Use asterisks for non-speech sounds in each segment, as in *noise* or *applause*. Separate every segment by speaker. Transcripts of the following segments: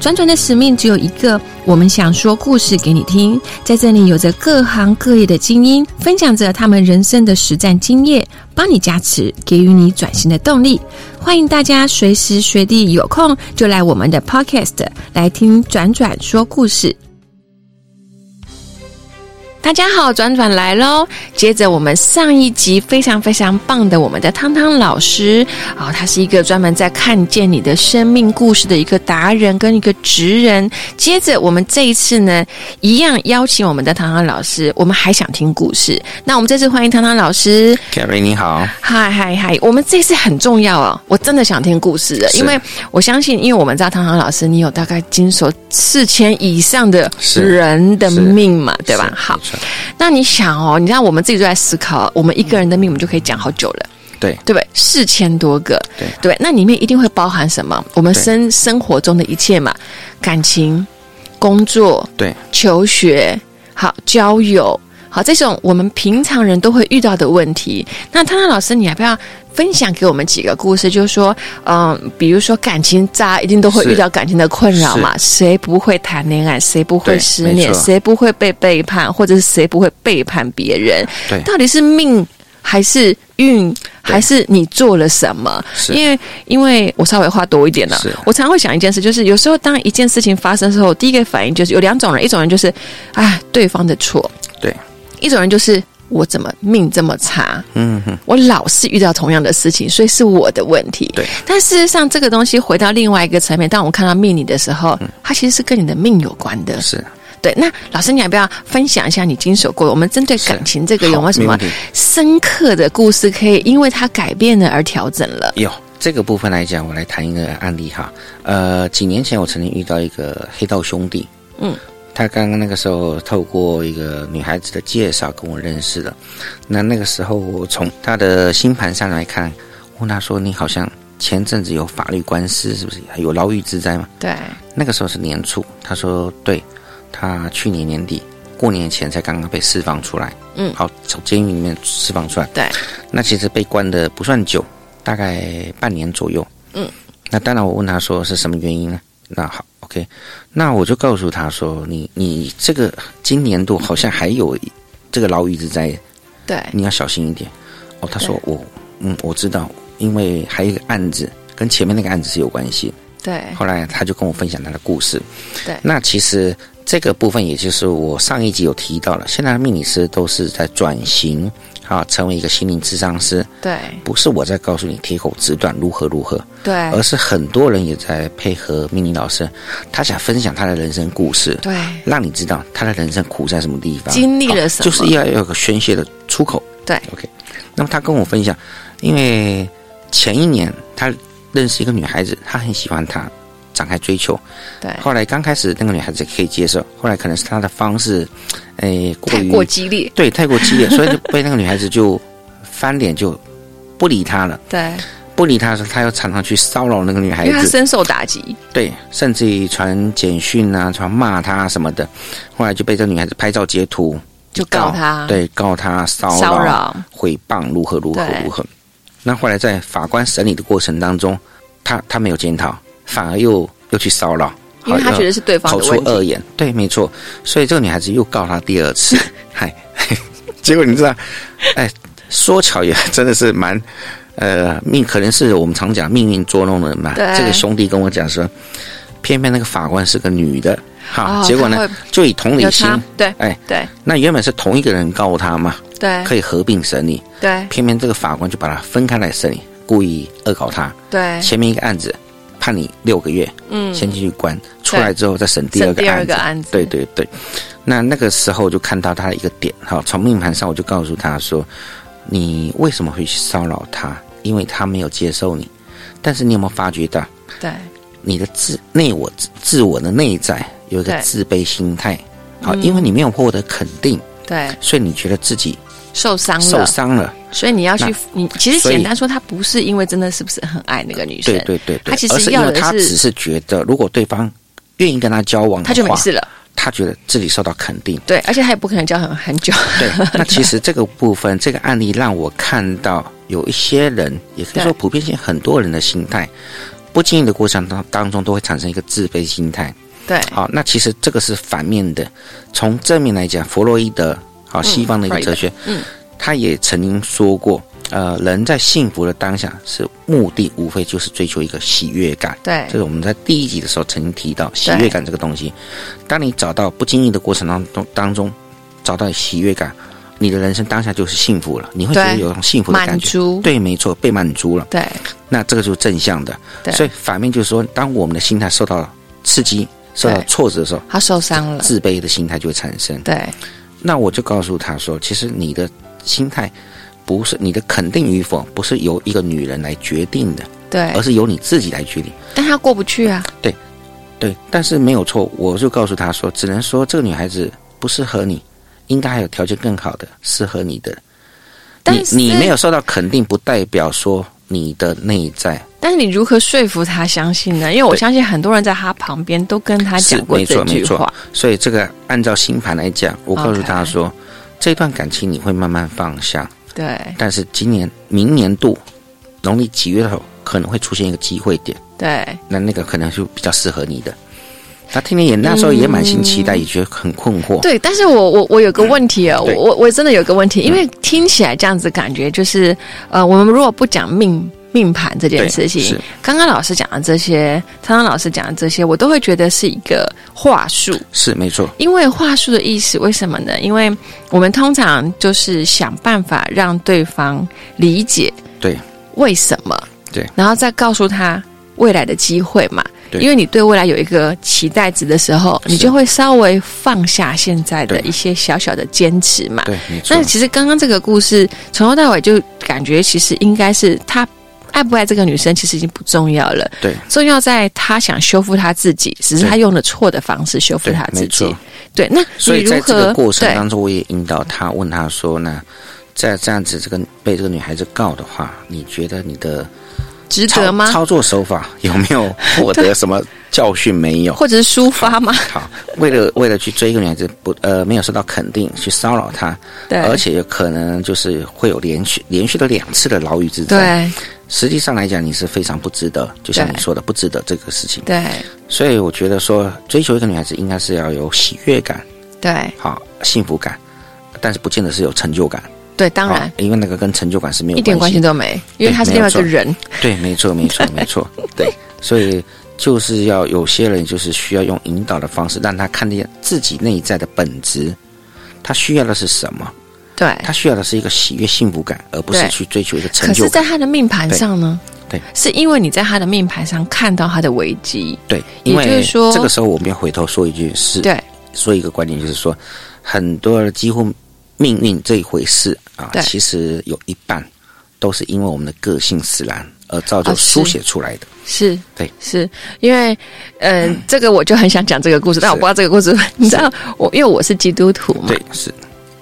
Speaker 1: 转转的使命只有一个，我们想说故事给你听。在这里，有着各行各业的精英，分享着他们人生的实战经验，帮你加持，给予你转型的动力。欢迎大家随时随地有空就来我们的 Podcast 来听转转说故事。大家好，转转来喽！接着我们上一集非常非常棒的我们的汤汤老师啊、他是一个专门在看见你的生命故事的一个达人跟一个职人。接着我们这一次呢，一样邀请我们的汤汤老师，我们还想听故事。那我们这次欢迎汤汤老师，
Speaker 2: Gary 你好，
Speaker 1: 嗨嗨嗨！我们这次很重要哦，我真的想听故事的，
Speaker 2: 是
Speaker 1: 因为我相信，因为我们知道唐唐老师，你有大概经手四千以上的
Speaker 2: 是
Speaker 1: 人的
Speaker 2: 是
Speaker 1: 命嘛，对吧
Speaker 2: 是？
Speaker 1: 好
Speaker 2: 没，错
Speaker 1: 那你想哦，你知道我们自己都在思考，我们一个人的命，我们就可以讲好久了。
Speaker 2: 对
Speaker 1: 对不对？四千多个，
Speaker 2: 对
Speaker 1: 对，那里面一定会包含什么？我们
Speaker 2: 对
Speaker 1: 生生活中的一切嘛，感情、工作、
Speaker 2: 对
Speaker 1: 求学、好交友、好这种我们平常人都会遇到的问题。那汤汤老师，你要不要分享给我们几个故事？就是说，嗯、比如说感情渣，一定都会
Speaker 2: 是
Speaker 1: 遇到感情的困扰嘛？谁不会谈恋爱？谁不会
Speaker 2: 对
Speaker 1: 失
Speaker 2: 没
Speaker 1: 恋？
Speaker 2: 错
Speaker 1: 谁不会被背叛？或者是谁不会背叛别人？
Speaker 2: 对
Speaker 1: 到底是命还是运，还是你做了什么？
Speaker 2: 是
Speaker 1: 因为因为我稍微话多一点了、
Speaker 2: 是
Speaker 1: 我常会想一件事，就是有时候当一件事情发生的时候，第一个反应就是有两种人，一种人就是哎对方的错，
Speaker 2: 对，
Speaker 1: 一种人就是我怎么命这么差，
Speaker 2: 嗯哼，
Speaker 1: 我老是遇到同样的事情，所以是我的问题。
Speaker 2: 对，
Speaker 1: 但事实上这个东西回到另外一个层面，当我们看到命理的时候，
Speaker 2: 嗯
Speaker 1: 它其实是跟你的命有关的。
Speaker 2: 是
Speaker 1: 对，那老师，你要不要分享一下你经手过的？我们针对感情这个
Speaker 2: 好
Speaker 1: 有没有什么
Speaker 2: 没问题
Speaker 1: 深刻的故事，可以因为它改变了而调整了？
Speaker 2: 有这个部分来讲，我来谈一个案例哈。呃，几年前我曾经遇到一个黑道兄弟，
Speaker 1: 嗯，
Speaker 2: 他刚刚那个时候透过一个女孩子的介绍跟我认识的。那那个时候我从他的星盘上来看，问他说：“你好像前阵子有法律官司，是不是有牢狱之灾嘛
Speaker 1: 对，？”
Speaker 2: 那个时候是年初，他说：“对，他去年年底过年前才刚刚被释放出来，
Speaker 1: 嗯
Speaker 2: 好，从监狱里面释放出来。”
Speaker 1: 对，
Speaker 2: 那其实被关的不算久，大概半年左右。
Speaker 1: 嗯，
Speaker 2: 那当然我问他说是什么原因呢？那好，OK，那我就告诉他说，你你这个今年度好像还有这个牢狱之灾，
Speaker 1: 对，
Speaker 2: 你要小心一点。哦，他说我嗯我知道，因为还有一个案子跟前面那个案子是有关系。
Speaker 1: 对，
Speaker 2: 后来他就跟我分享他的故事。
Speaker 1: 对
Speaker 2: 那其实这个部分也就是我上一集有提到了，现在的命理师都是在转型啊，成为一个心灵智商师，
Speaker 1: 对，
Speaker 2: 不是我在告诉你铁口直断如何如何，
Speaker 1: 对
Speaker 2: 而，是很多人也在配合命理老师，他想分享他的人生故事，
Speaker 1: 对，
Speaker 2: 让你知道他的人生苦在什么地方，哦
Speaker 1: 经历了什么
Speaker 2: 就是要有个宣泄的出口。
Speaker 1: 对
Speaker 2: ，OK。那么他跟我分享，因为前一年他认识一个女孩子，他很喜欢她，展开追求。
Speaker 1: 对，
Speaker 2: 后来刚开始那个女孩子可以接受，后来可能是她的方式，诶、过
Speaker 1: 太
Speaker 2: 于
Speaker 1: 过激烈，
Speaker 2: 对太过
Speaker 1: *laughs*
Speaker 2: 激烈，所以就被那个女孩子就 *laughs* 翻脸就不理他了。
Speaker 1: 对，
Speaker 2: 不理他的时候，他又常常去骚扰那个女孩
Speaker 1: 因为他
Speaker 2: 子，
Speaker 1: 深受打击，
Speaker 2: 对，甚至于传简讯啊，传骂他啊什么的。后来就被这女孩子拍照截图，
Speaker 1: 就告他
Speaker 2: 对，告他骚扰、
Speaker 1: 骚扰，
Speaker 2: 诽谤，如何如何
Speaker 1: 对
Speaker 2: 如何。那后来在法官审理的过程当中，他他没有检讨，反而又又去骚扰，
Speaker 1: 因为他
Speaker 2: 好
Speaker 1: 觉得是对方
Speaker 2: 口
Speaker 1: 的
Speaker 2: 出
Speaker 1: 问
Speaker 2: 恶
Speaker 1: 题，
Speaker 2: 言，对，没错。所以这个女孩子又告他第二
Speaker 1: *laughs*
Speaker 2: 次，嗨， *laughs* 结果你知道，哎，说巧也真的是蛮，呃，命可能是我们常讲命运捉弄人嘛。
Speaker 1: 对
Speaker 2: 这个兄弟跟我讲说，偏偏那个法官是个女的，哈，
Speaker 1: 哦
Speaker 2: 结果呢
Speaker 1: 他会
Speaker 2: 就以同理
Speaker 1: 有
Speaker 2: 心，
Speaker 1: 他，对，
Speaker 2: 哎，
Speaker 1: 对，
Speaker 2: 那原本是同一个人告他嘛，
Speaker 1: 对，
Speaker 2: 可以合并审理，
Speaker 1: 对，
Speaker 2: 偏偏这个法官就把他分开来审理，故意恶搞他。
Speaker 1: 对，
Speaker 2: 前面一个案子判你六个月，
Speaker 1: 嗯，
Speaker 2: 先进去关，出来之后再审第二
Speaker 1: 审
Speaker 2: 个
Speaker 1: 第
Speaker 2: 案
Speaker 1: 二
Speaker 2: 子
Speaker 1: 个。案子，
Speaker 2: 对对对，那那个时候我就看到他的一个点，哈，从命盘上我就告诉他说，你为什么会去骚扰他？因为他没有接受你。但是你有没有发觉到，
Speaker 1: 对，
Speaker 2: 你的自内我自自我的内在有一个
Speaker 1: 对
Speaker 2: 自卑心态？好，因为你没有获得肯定，
Speaker 1: 对，
Speaker 2: 所以你觉得自己
Speaker 1: 受伤
Speaker 2: 受
Speaker 1: 了，
Speaker 2: 伤了，
Speaker 1: 所以你要去
Speaker 2: 那
Speaker 1: 你其实
Speaker 2: 所以
Speaker 1: 简单说，他不是因为真的是不是很爱那个女生，
Speaker 2: 对对对对，
Speaker 1: 他其
Speaker 2: 而
Speaker 1: 实
Speaker 2: 是因
Speaker 1: 要
Speaker 2: 为
Speaker 1: 的
Speaker 2: 他
Speaker 1: 是
Speaker 2: 只是觉得，如果对方愿意跟他交往的
Speaker 1: 他
Speaker 2: 话，
Speaker 1: 就没事了，
Speaker 2: 他觉得自己受到肯定。
Speaker 1: 对，而且他也不可能交很很
Speaker 2: *laughs*
Speaker 1: 久，
Speaker 2: 对，那其实这个部分，这个案例让我看到有一些人，也可以
Speaker 1: 对
Speaker 2: 说普遍性很多人的心态，不经意的过程当当中都会产生一个自卑心态。
Speaker 1: 对，
Speaker 2: 好，那其实这个是反面的。从正面来讲，弗洛伊德，好，西方的一个哲学，
Speaker 1: 嗯，
Speaker 2: 他也曾经说过，呃，人在幸福的当下是目的，无非就是追求一个喜悦感。
Speaker 1: 对
Speaker 2: 这，是我们在第一集的时候曾经提到喜悦感这个东西。当你找到不经意的过程当中当中找到喜悦感，你的人生当下就是幸福了，你会觉得
Speaker 1: 对
Speaker 2: 有种幸福的
Speaker 1: 满
Speaker 2: 感觉。
Speaker 1: 足，
Speaker 2: 对，没错，被满足了，
Speaker 1: 对
Speaker 2: 那这个就是正向的
Speaker 1: 对。
Speaker 2: 所以反面就是说，当我们的心态受到刺激、受到
Speaker 1: 对
Speaker 2: 挫折的时候，
Speaker 1: 他受伤了，
Speaker 2: 自卑的心态就会产生。
Speaker 1: 对
Speaker 2: 那我就告诉他说，其实你的心态不是你的肯定与否，不是由一个女人来决定的，
Speaker 1: 对
Speaker 2: 而，是由你自己来决定。
Speaker 1: 但他过不去啊，
Speaker 2: 对，但是没有错，我就告诉他说，只能说这个女孩子不适合你，应该还有条件更好的适合你的。
Speaker 1: 但
Speaker 2: 你
Speaker 1: 是
Speaker 2: 你没有受到肯定，不代表说你的内在
Speaker 1: 但是你如何说服他相信呢？因为我
Speaker 2: 对
Speaker 1: 相信很多人在他旁边都跟他
Speaker 2: 是
Speaker 1: 讲过
Speaker 2: 没
Speaker 1: 这
Speaker 2: 错
Speaker 1: 句
Speaker 2: 没
Speaker 1: 话
Speaker 2: 错。。所以这个按照星盘来讲，我告诉
Speaker 1: OK
Speaker 2: 他说这段感情你会慢慢放下，
Speaker 1: 对
Speaker 2: 但是今年明年度农历几月头可能会出现一个机会点，
Speaker 1: 对，
Speaker 2: 那那个可能就比较适合你的。他听听也那时候也满心期待，也觉得很困惑。
Speaker 1: 嗯对，但是我我我有个问题哦，
Speaker 2: 嗯对嗯
Speaker 1: 我我我真的有个问题，因为听起来这样子感觉就是，呃，我们如果不讲命命盘这件
Speaker 2: 对
Speaker 1: 事情
Speaker 2: 是，
Speaker 1: 刚刚老师讲的这些，汤汤老师讲的这些，我都会觉得是一个话术，
Speaker 2: 是没错，
Speaker 1: 因为话术的意思，为什么呢？因为我们通常就是想办法让对方理解
Speaker 2: 对
Speaker 1: 为什么，
Speaker 2: 对，
Speaker 1: 然后再告诉他未来的机会嘛。
Speaker 2: 对
Speaker 1: 因为你对未来有一个期待值的时候，
Speaker 2: 是
Speaker 1: 你就会稍微放下现在的
Speaker 2: 对
Speaker 1: 一些小小的坚持嘛。
Speaker 2: 对没错
Speaker 1: 那。其实刚刚这个故事从头到尾就感觉，其实应该是他爱不爱这个女生，其实已经不重要了。
Speaker 2: 对，
Speaker 1: 重要在他想修复他自己，只是
Speaker 2: 对
Speaker 1: 他用了错的方式修复
Speaker 2: 对
Speaker 1: 他自
Speaker 2: 没
Speaker 1: 己
Speaker 2: 错。
Speaker 1: 对，那
Speaker 2: 所
Speaker 1: 你
Speaker 2: 以
Speaker 1: 如
Speaker 2: 在这
Speaker 1: 何
Speaker 2: 个过程
Speaker 1: 对
Speaker 2: 当中，我也引导他，问他说：“那在这样子，这个被这个女孩子告的话，你觉得你的
Speaker 1: 值得
Speaker 2: 操
Speaker 1: 吗？
Speaker 2: 操作手法有没有获得什么教训？没有。
Speaker 1: 或者是抒发吗？
Speaker 2: 好，为了为了去追一个女孩子，不呃没有受到肯定，去骚扰她，
Speaker 1: 对，
Speaker 2: 而且有可能就是会有连续连续的两次的牢狱之灾。
Speaker 1: 对
Speaker 2: 实际上来讲，你是非常不值得，就像
Speaker 1: 对
Speaker 2: 你说的，不值得这个事情。
Speaker 1: 对
Speaker 2: 所以我觉得说，追求一个女孩子应该是要有喜悦感。”
Speaker 1: 对
Speaker 2: 好幸福感，但是不见得是有成就感。
Speaker 1: 对，当
Speaker 2: 啊
Speaker 1: 然。
Speaker 2: 因为那个跟成就感是没有
Speaker 1: 一点关系
Speaker 2: 的。
Speaker 1: 都没，因为
Speaker 2: 对
Speaker 1: 他是
Speaker 2: 没
Speaker 1: 另
Speaker 2: 有
Speaker 1: 外一个
Speaker 2: 错
Speaker 1: 人，
Speaker 2: 对，没错，没
Speaker 1: *laughs*
Speaker 2: 错，没错。对，所以就是要有些人就是需要用引导的方式，让他看见自己内在的本质。他需要的是什么？
Speaker 1: 对。
Speaker 2: 他需要的是一个喜悦、幸福感，而不是
Speaker 1: 对
Speaker 2: 去追求一个
Speaker 1: 可
Speaker 2: 成
Speaker 1: 是，
Speaker 2: 就
Speaker 1: 在
Speaker 2: 感。
Speaker 1: 他的命盘上呢？
Speaker 2: 对对
Speaker 1: 是因为你在他的命盘上看到他的危机，
Speaker 2: 对，
Speaker 1: 也
Speaker 2: 因
Speaker 1: 就是
Speaker 2: 为
Speaker 1: 说
Speaker 2: 这个时候我们要回头说一句是，
Speaker 1: 对
Speaker 2: 说一个观点，就是说，很多人几乎命运这一回事啊
Speaker 1: 对，
Speaker 2: 其实有一半都是因为我们的个性使然而造就
Speaker 1: 啊是
Speaker 2: 书写出来的。
Speaker 1: 是，
Speaker 2: 对，嗯
Speaker 1: 是因为，呃，这个我就很想讲这个故事，但我
Speaker 2: 是
Speaker 1: 不知道这个故事， *laughs* 你知道，我因为我是基督徒嘛，
Speaker 2: 对，是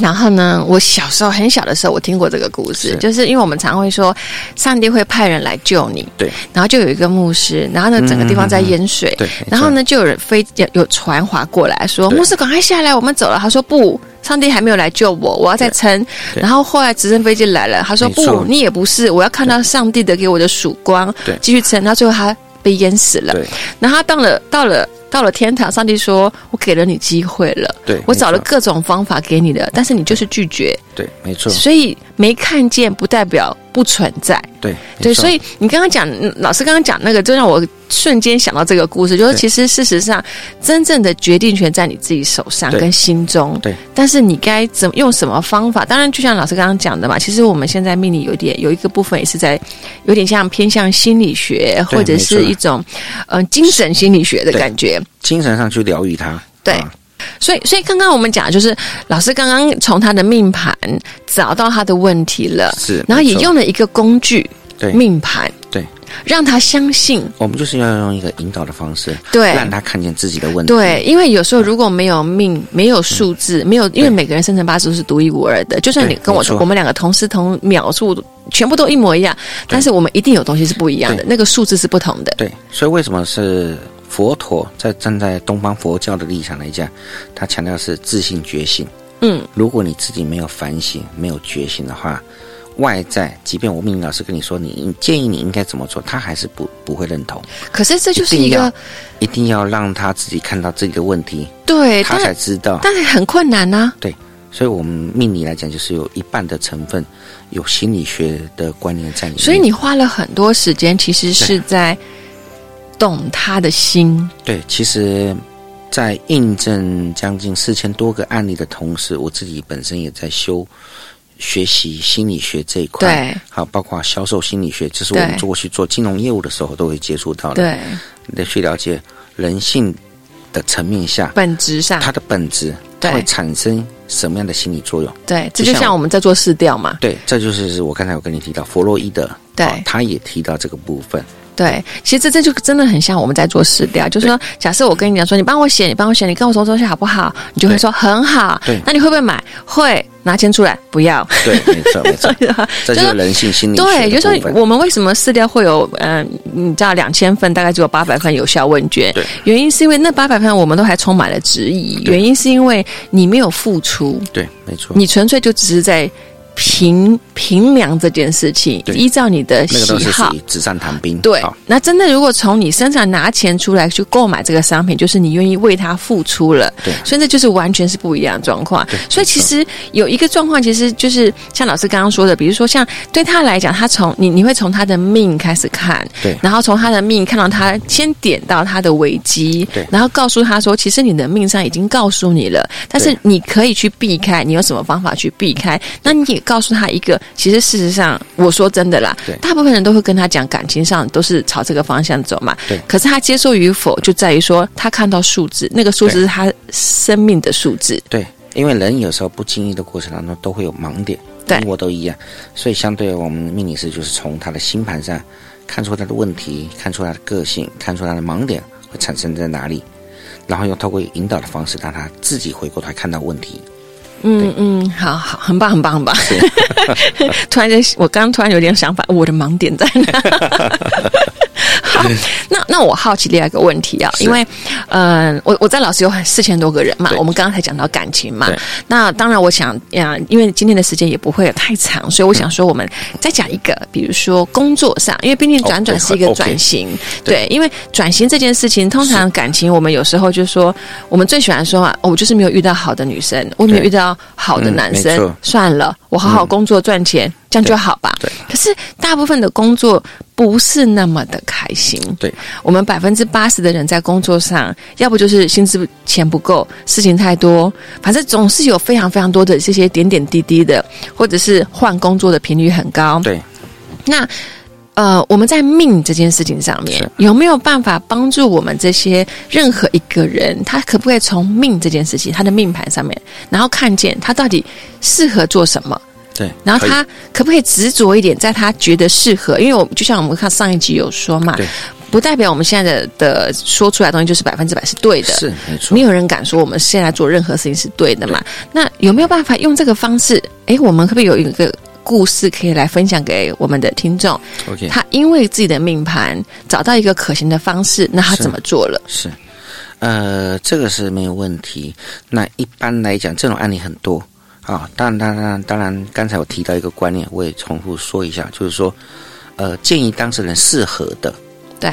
Speaker 1: 然后呢，我小时候很小的时候，我听过这个故事，
Speaker 2: 是
Speaker 1: 就是因为我们常会说，上帝会派人来救你。
Speaker 2: 对。
Speaker 1: 然后就有一个牧师，然后呢，整个地方在淹水。
Speaker 2: 对。没
Speaker 1: 然后
Speaker 2: 错？
Speaker 1: 呢，就有人飞有有船划过来说：“
Speaker 2: 嗯对
Speaker 1: 牧师，赶快下来，我们走了。”他说：“不，上帝还没有来救我，我要再撑。”
Speaker 2: 对
Speaker 1: 然后后来直升飞机来了，他说：“
Speaker 2: 没错
Speaker 1: 不，你也不是，我要看到上帝的给我的曙光
Speaker 2: 对，
Speaker 1: 继续撑。”到最后他被淹死了。
Speaker 2: 对
Speaker 1: 然后他到了到了到了天堂，上帝说：“我给了你机会了，
Speaker 2: 对，
Speaker 1: 我
Speaker 2: 没
Speaker 1: 找了
Speaker 2: 错
Speaker 1: 各种方法给你的，但是你就是拒绝，
Speaker 2: 对，没错，
Speaker 1: 所以没看见不代表不存在。
Speaker 2: 对
Speaker 1: 对，所
Speaker 2: 以
Speaker 1: 以你刚刚讲，嗯老师刚刚讲那个，就让我瞬间想到这个故事，就是
Speaker 2: 对
Speaker 1: 其实事实上，真正的决定权在你自己手上
Speaker 2: 对
Speaker 1: 跟心中。
Speaker 2: 对，
Speaker 1: 但是你该怎么用什么方法？当然，就像老师刚刚讲的嘛，其实我们现在命理有点有一个部分也是在有点像偏向心理学，
Speaker 2: 对
Speaker 1: 或者是
Speaker 2: 没错
Speaker 1: 一种嗯、呃精神心理学的
Speaker 2: 对
Speaker 1: 感觉。
Speaker 2: 精神上去疗愈他。
Speaker 1: 对
Speaker 2: 啊
Speaker 1: 所以，所以刚刚我们讲，就是老师刚刚从他的命盘找到他的问题了，
Speaker 2: 是
Speaker 1: 然后也
Speaker 2: 没错
Speaker 1: 用了一个工具
Speaker 2: 对
Speaker 1: 命盘。
Speaker 2: 对，
Speaker 1: 让他相信。
Speaker 2: 我们就是要用一个引导的方式，
Speaker 1: 对
Speaker 2: 让他看见自己的问题。
Speaker 1: 对，因为有时候如果没有命、没有数字、没有，因为每个人生辰八字都是独一无二的。就算你
Speaker 2: 嗯对
Speaker 1: 跟我
Speaker 2: 没错
Speaker 1: 我们两个同时同秒数，全部都一模一样，但是我们一定有东西是不一样的，那个数字是不同的。
Speaker 2: 对，所以为什么是佛陀在站在东方佛教的立场来讲，他强调是自信觉醒。
Speaker 1: 嗯，
Speaker 2: 如果你自己没有反省、没有觉醒的话，外在即便我命理老师跟你说你你建议你应该怎么做，他还是不不会认同。
Speaker 1: 可是这就是
Speaker 2: 一定
Speaker 1: 一个
Speaker 2: 要一定要让他自己看到自己的问题，
Speaker 1: 哎对，
Speaker 2: 他才
Speaker 1: 但
Speaker 2: 知道。
Speaker 1: 但很困难啊呐、
Speaker 2: 所以，我们命理来讲，就是有一半的成分有心理学的观念在里面。
Speaker 1: 所以你花了很多时间，其实是在懂他的心。
Speaker 2: 对，其实，在印证将近四千多个案例的同时，我自己本身也在修学习心理学这一块。
Speaker 1: 对
Speaker 2: 好，包括销售心理学，这是我
Speaker 1: 对
Speaker 2: 们过去做金融业务的时候都会接触到的。，
Speaker 1: 对，
Speaker 2: 你得去了解人性的层面下，
Speaker 1: 本质上
Speaker 2: 它，的本质，
Speaker 1: 对
Speaker 2: 它会产生什么样的心理作用？
Speaker 1: 对，这
Speaker 2: 就
Speaker 1: 就
Speaker 2: 像
Speaker 1: 像我们在做试调嘛。
Speaker 2: 对，这就是我刚才有跟你提到弗洛伊德，
Speaker 1: 对
Speaker 2: 哦他也提到这个部分。
Speaker 1: 对，其实这这就真的很像我们在做试调，就是说，假设我跟你讲说，你帮我写，你帮我写，你跟我说这些好不好？你就会
Speaker 2: 对
Speaker 1: 说很好。
Speaker 2: 对
Speaker 1: 那你会不会买？会，拿钱出来，不要。
Speaker 2: 对， *laughs* 没错，
Speaker 1: *laughs*
Speaker 2: 没错，这就是人性心理学
Speaker 1: 对，就
Speaker 2: 的
Speaker 1: 是
Speaker 2: 部分。
Speaker 1: 我们为什么试调会有嗯、你知道两千份，大概只有八百份有效问卷
Speaker 2: 对，
Speaker 1: 原因是因为那八百份我们都还充满了质疑，
Speaker 2: 对
Speaker 1: 原因是因为你没有付出，
Speaker 2: 对，没错。
Speaker 1: 你纯粹就只是在评评量这件事情，
Speaker 2: 对
Speaker 1: 依照你的
Speaker 2: 那个
Speaker 1: 喜
Speaker 2: 都是
Speaker 1: 好
Speaker 2: 属于。纸上谈兵。
Speaker 1: 对
Speaker 2: 嗯好，
Speaker 1: 那真的，如果从你身上拿钱出来去购买这个商品，就是你愿意为它付出了，
Speaker 2: 对
Speaker 1: 所以这就是完全是不一样的状况
Speaker 2: 对。
Speaker 1: 所以其实有一个状况，其实就是像老师刚刚说的，比如说像对他来讲，他从你你会从他的命开始看，
Speaker 2: 对
Speaker 1: 然后从他的命看到他先点到他的危机，
Speaker 2: 对
Speaker 1: 然后告诉他说，其实你的命上已经告诉你了，但是
Speaker 2: 对
Speaker 1: 你可以去避开，你有什么方法去避开？那你也告诉他一个，其实事实上，我说真的啦
Speaker 2: 对，
Speaker 1: 大部分人都会跟他讲，感情上都是朝这个方向走嘛，
Speaker 2: 对
Speaker 1: 可是他接受与否，就在于说他看到数字，那个数字
Speaker 2: 对
Speaker 1: 是他生命的数字，
Speaker 2: 对，因为人有时候不经意的过程当中都会有盲点，
Speaker 1: 对
Speaker 2: 我都一样，所以相对我们命理师就是从他的星盘上看出他的问题，看出他的个性，看出他的盲点会产生在哪里，然后又透过引导的方式让他自己回过头来看到问题。
Speaker 1: 嗯嗯，好好，很棒，很棒，很棒。 *laughs* 突然间，我刚突然有点想法，我的盲点在哪？ *laughs* 好，那那我好奇另外一个问题啊，
Speaker 2: 嗯是
Speaker 1: 因为，嗯、我我在老师有四千多个人嘛，
Speaker 2: 对
Speaker 1: 我们刚刚才讲到感情嘛
Speaker 2: 对，
Speaker 1: 那当然我想呀、因为今天的时间也不会太长，所以我
Speaker 2: 嗯
Speaker 1: 想说我们再讲一个，比如说工作上，因为毕竟转转是一个
Speaker 2: 哦，OK，
Speaker 1: 转型，对，因为转型这件事情，通常感情我们有时候就说，我们最喜欢说啊，哦我就是没有遇到好的女生，我没有
Speaker 2: 对
Speaker 1: 遇到好的
Speaker 2: 嗯
Speaker 1: 男
Speaker 2: 没
Speaker 1: 生，
Speaker 2: 错嗯
Speaker 1: 算了，我好好工作赚钱，这样就好吧。
Speaker 2: 对
Speaker 1: 可是大部分的工作不是那么的开心。
Speaker 2: 对，
Speaker 1: 我们百分之八十的人在工作上，要不就是薪资钱不够，事情太多，反正总是有非常非常多的这些点点滴滴的，或者是换工作的频率很高。
Speaker 2: 对，
Speaker 1: 那呃，我们在命这件事情上面
Speaker 2: 是
Speaker 1: 有没有办法帮助我们这些任何一个人，他可不可以从命这件事情，他的命盘上面，然后看见他到底适合做什么？
Speaker 2: 对，
Speaker 1: 然后
Speaker 2: 可以
Speaker 1: 他可不可以执着一点，在他觉得适合？因为我们就像我们看上一集有说嘛
Speaker 2: 对，
Speaker 1: 不代表我们现在的的说出来的东西就是百分之百是对的，
Speaker 2: 是没错
Speaker 1: 没。有人敢说我们现在做任何事情是对的嘛。那有没有办法用这个方式？诶，我们可不可以有一个故事可以来分享给我们的听众？
Speaker 2: OK，
Speaker 1: 他因为自己的命盘找到一个可行的方式，那他
Speaker 2: 是
Speaker 1: 怎么做了？
Speaker 2: 是，呃，这个是没有问题。那一般来讲，这种案例很多啊。当然，当然，当然，刚才我提到一个观念，我也重复说一下，就是说，呃，建议当事人适合的，
Speaker 1: 对，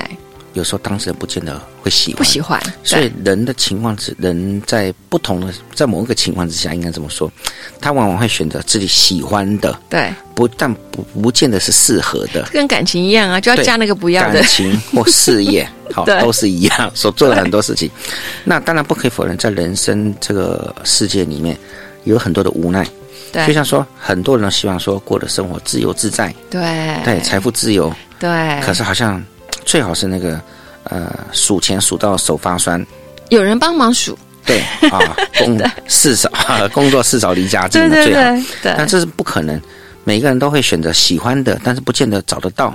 Speaker 2: 有时候当事人不见得会喜欢。
Speaker 1: 不喜欢，
Speaker 2: 所以
Speaker 1: 对，
Speaker 2: 人的情况是，人在不同的，在某一个情况之下，应该怎么说？他往往会选择自己喜欢的，
Speaker 1: 对，
Speaker 2: 不但不不见得是适合的。
Speaker 1: 跟感情一样啊，就要
Speaker 2: 对
Speaker 1: 嫁那个不要的
Speaker 2: 感，情或事
Speaker 1: *laughs*
Speaker 2: 业，好，
Speaker 1: 对
Speaker 2: 都是一样，所做的很多事情。那当然不可以否认，在人生这个世界里面，有很多的无奈。就
Speaker 1: 对，
Speaker 2: 像说，很多人都希望说过的生活自由自在，
Speaker 1: 对，
Speaker 2: 对，财富自由，
Speaker 1: 对。
Speaker 2: 可是好像最好是那个呃数钱数到手
Speaker 1: *laughs*
Speaker 2: 发酸。
Speaker 1: 有人帮忙数，
Speaker 2: 对啊，工事少， *laughs* 工作事少离家近
Speaker 1: 对
Speaker 2: 的
Speaker 1: 对
Speaker 2: 最好。
Speaker 1: 对对
Speaker 2: 但这是不可能，每个人都会选择喜欢的，但是不见得找得到。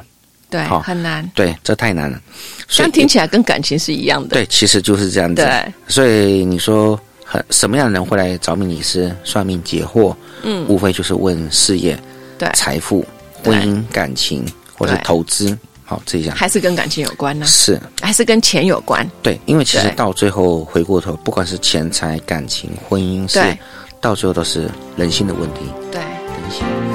Speaker 3: 对，
Speaker 2: 好
Speaker 3: 很难。
Speaker 2: 对，这太难了。
Speaker 1: 这
Speaker 2: 所以
Speaker 1: 样听起来跟感情是一样的。
Speaker 2: 对，其实就是这样子。
Speaker 1: 对，
Speaker 2: 所以你说很什么样的人会来找命理师算命解惑？
Speaker 1: 嗯
Speaker 2: 无非就是问事业、
Speaker 1: 对
Speaker 2: 财富、
Speaker 1: 对
Speaker 2: 婚姻、感情或是
Speaker 1: 对
Speaker 2: 投资，好、这一项
Speaker 1: 还是跟感情有关呢、
Speaker 2: 是
Speaker 1: 还是跟钱有关？
Speaker 2: 对，因为其实
Speaker 1: 对
Speaker 2: 到最后回过头，不管是钱财、感情、婚姻，是
Speaker 1: 对
Speaker 2: 到最后都是人性的问题，
Speaker 1: 对。
Speaker 2: 人性。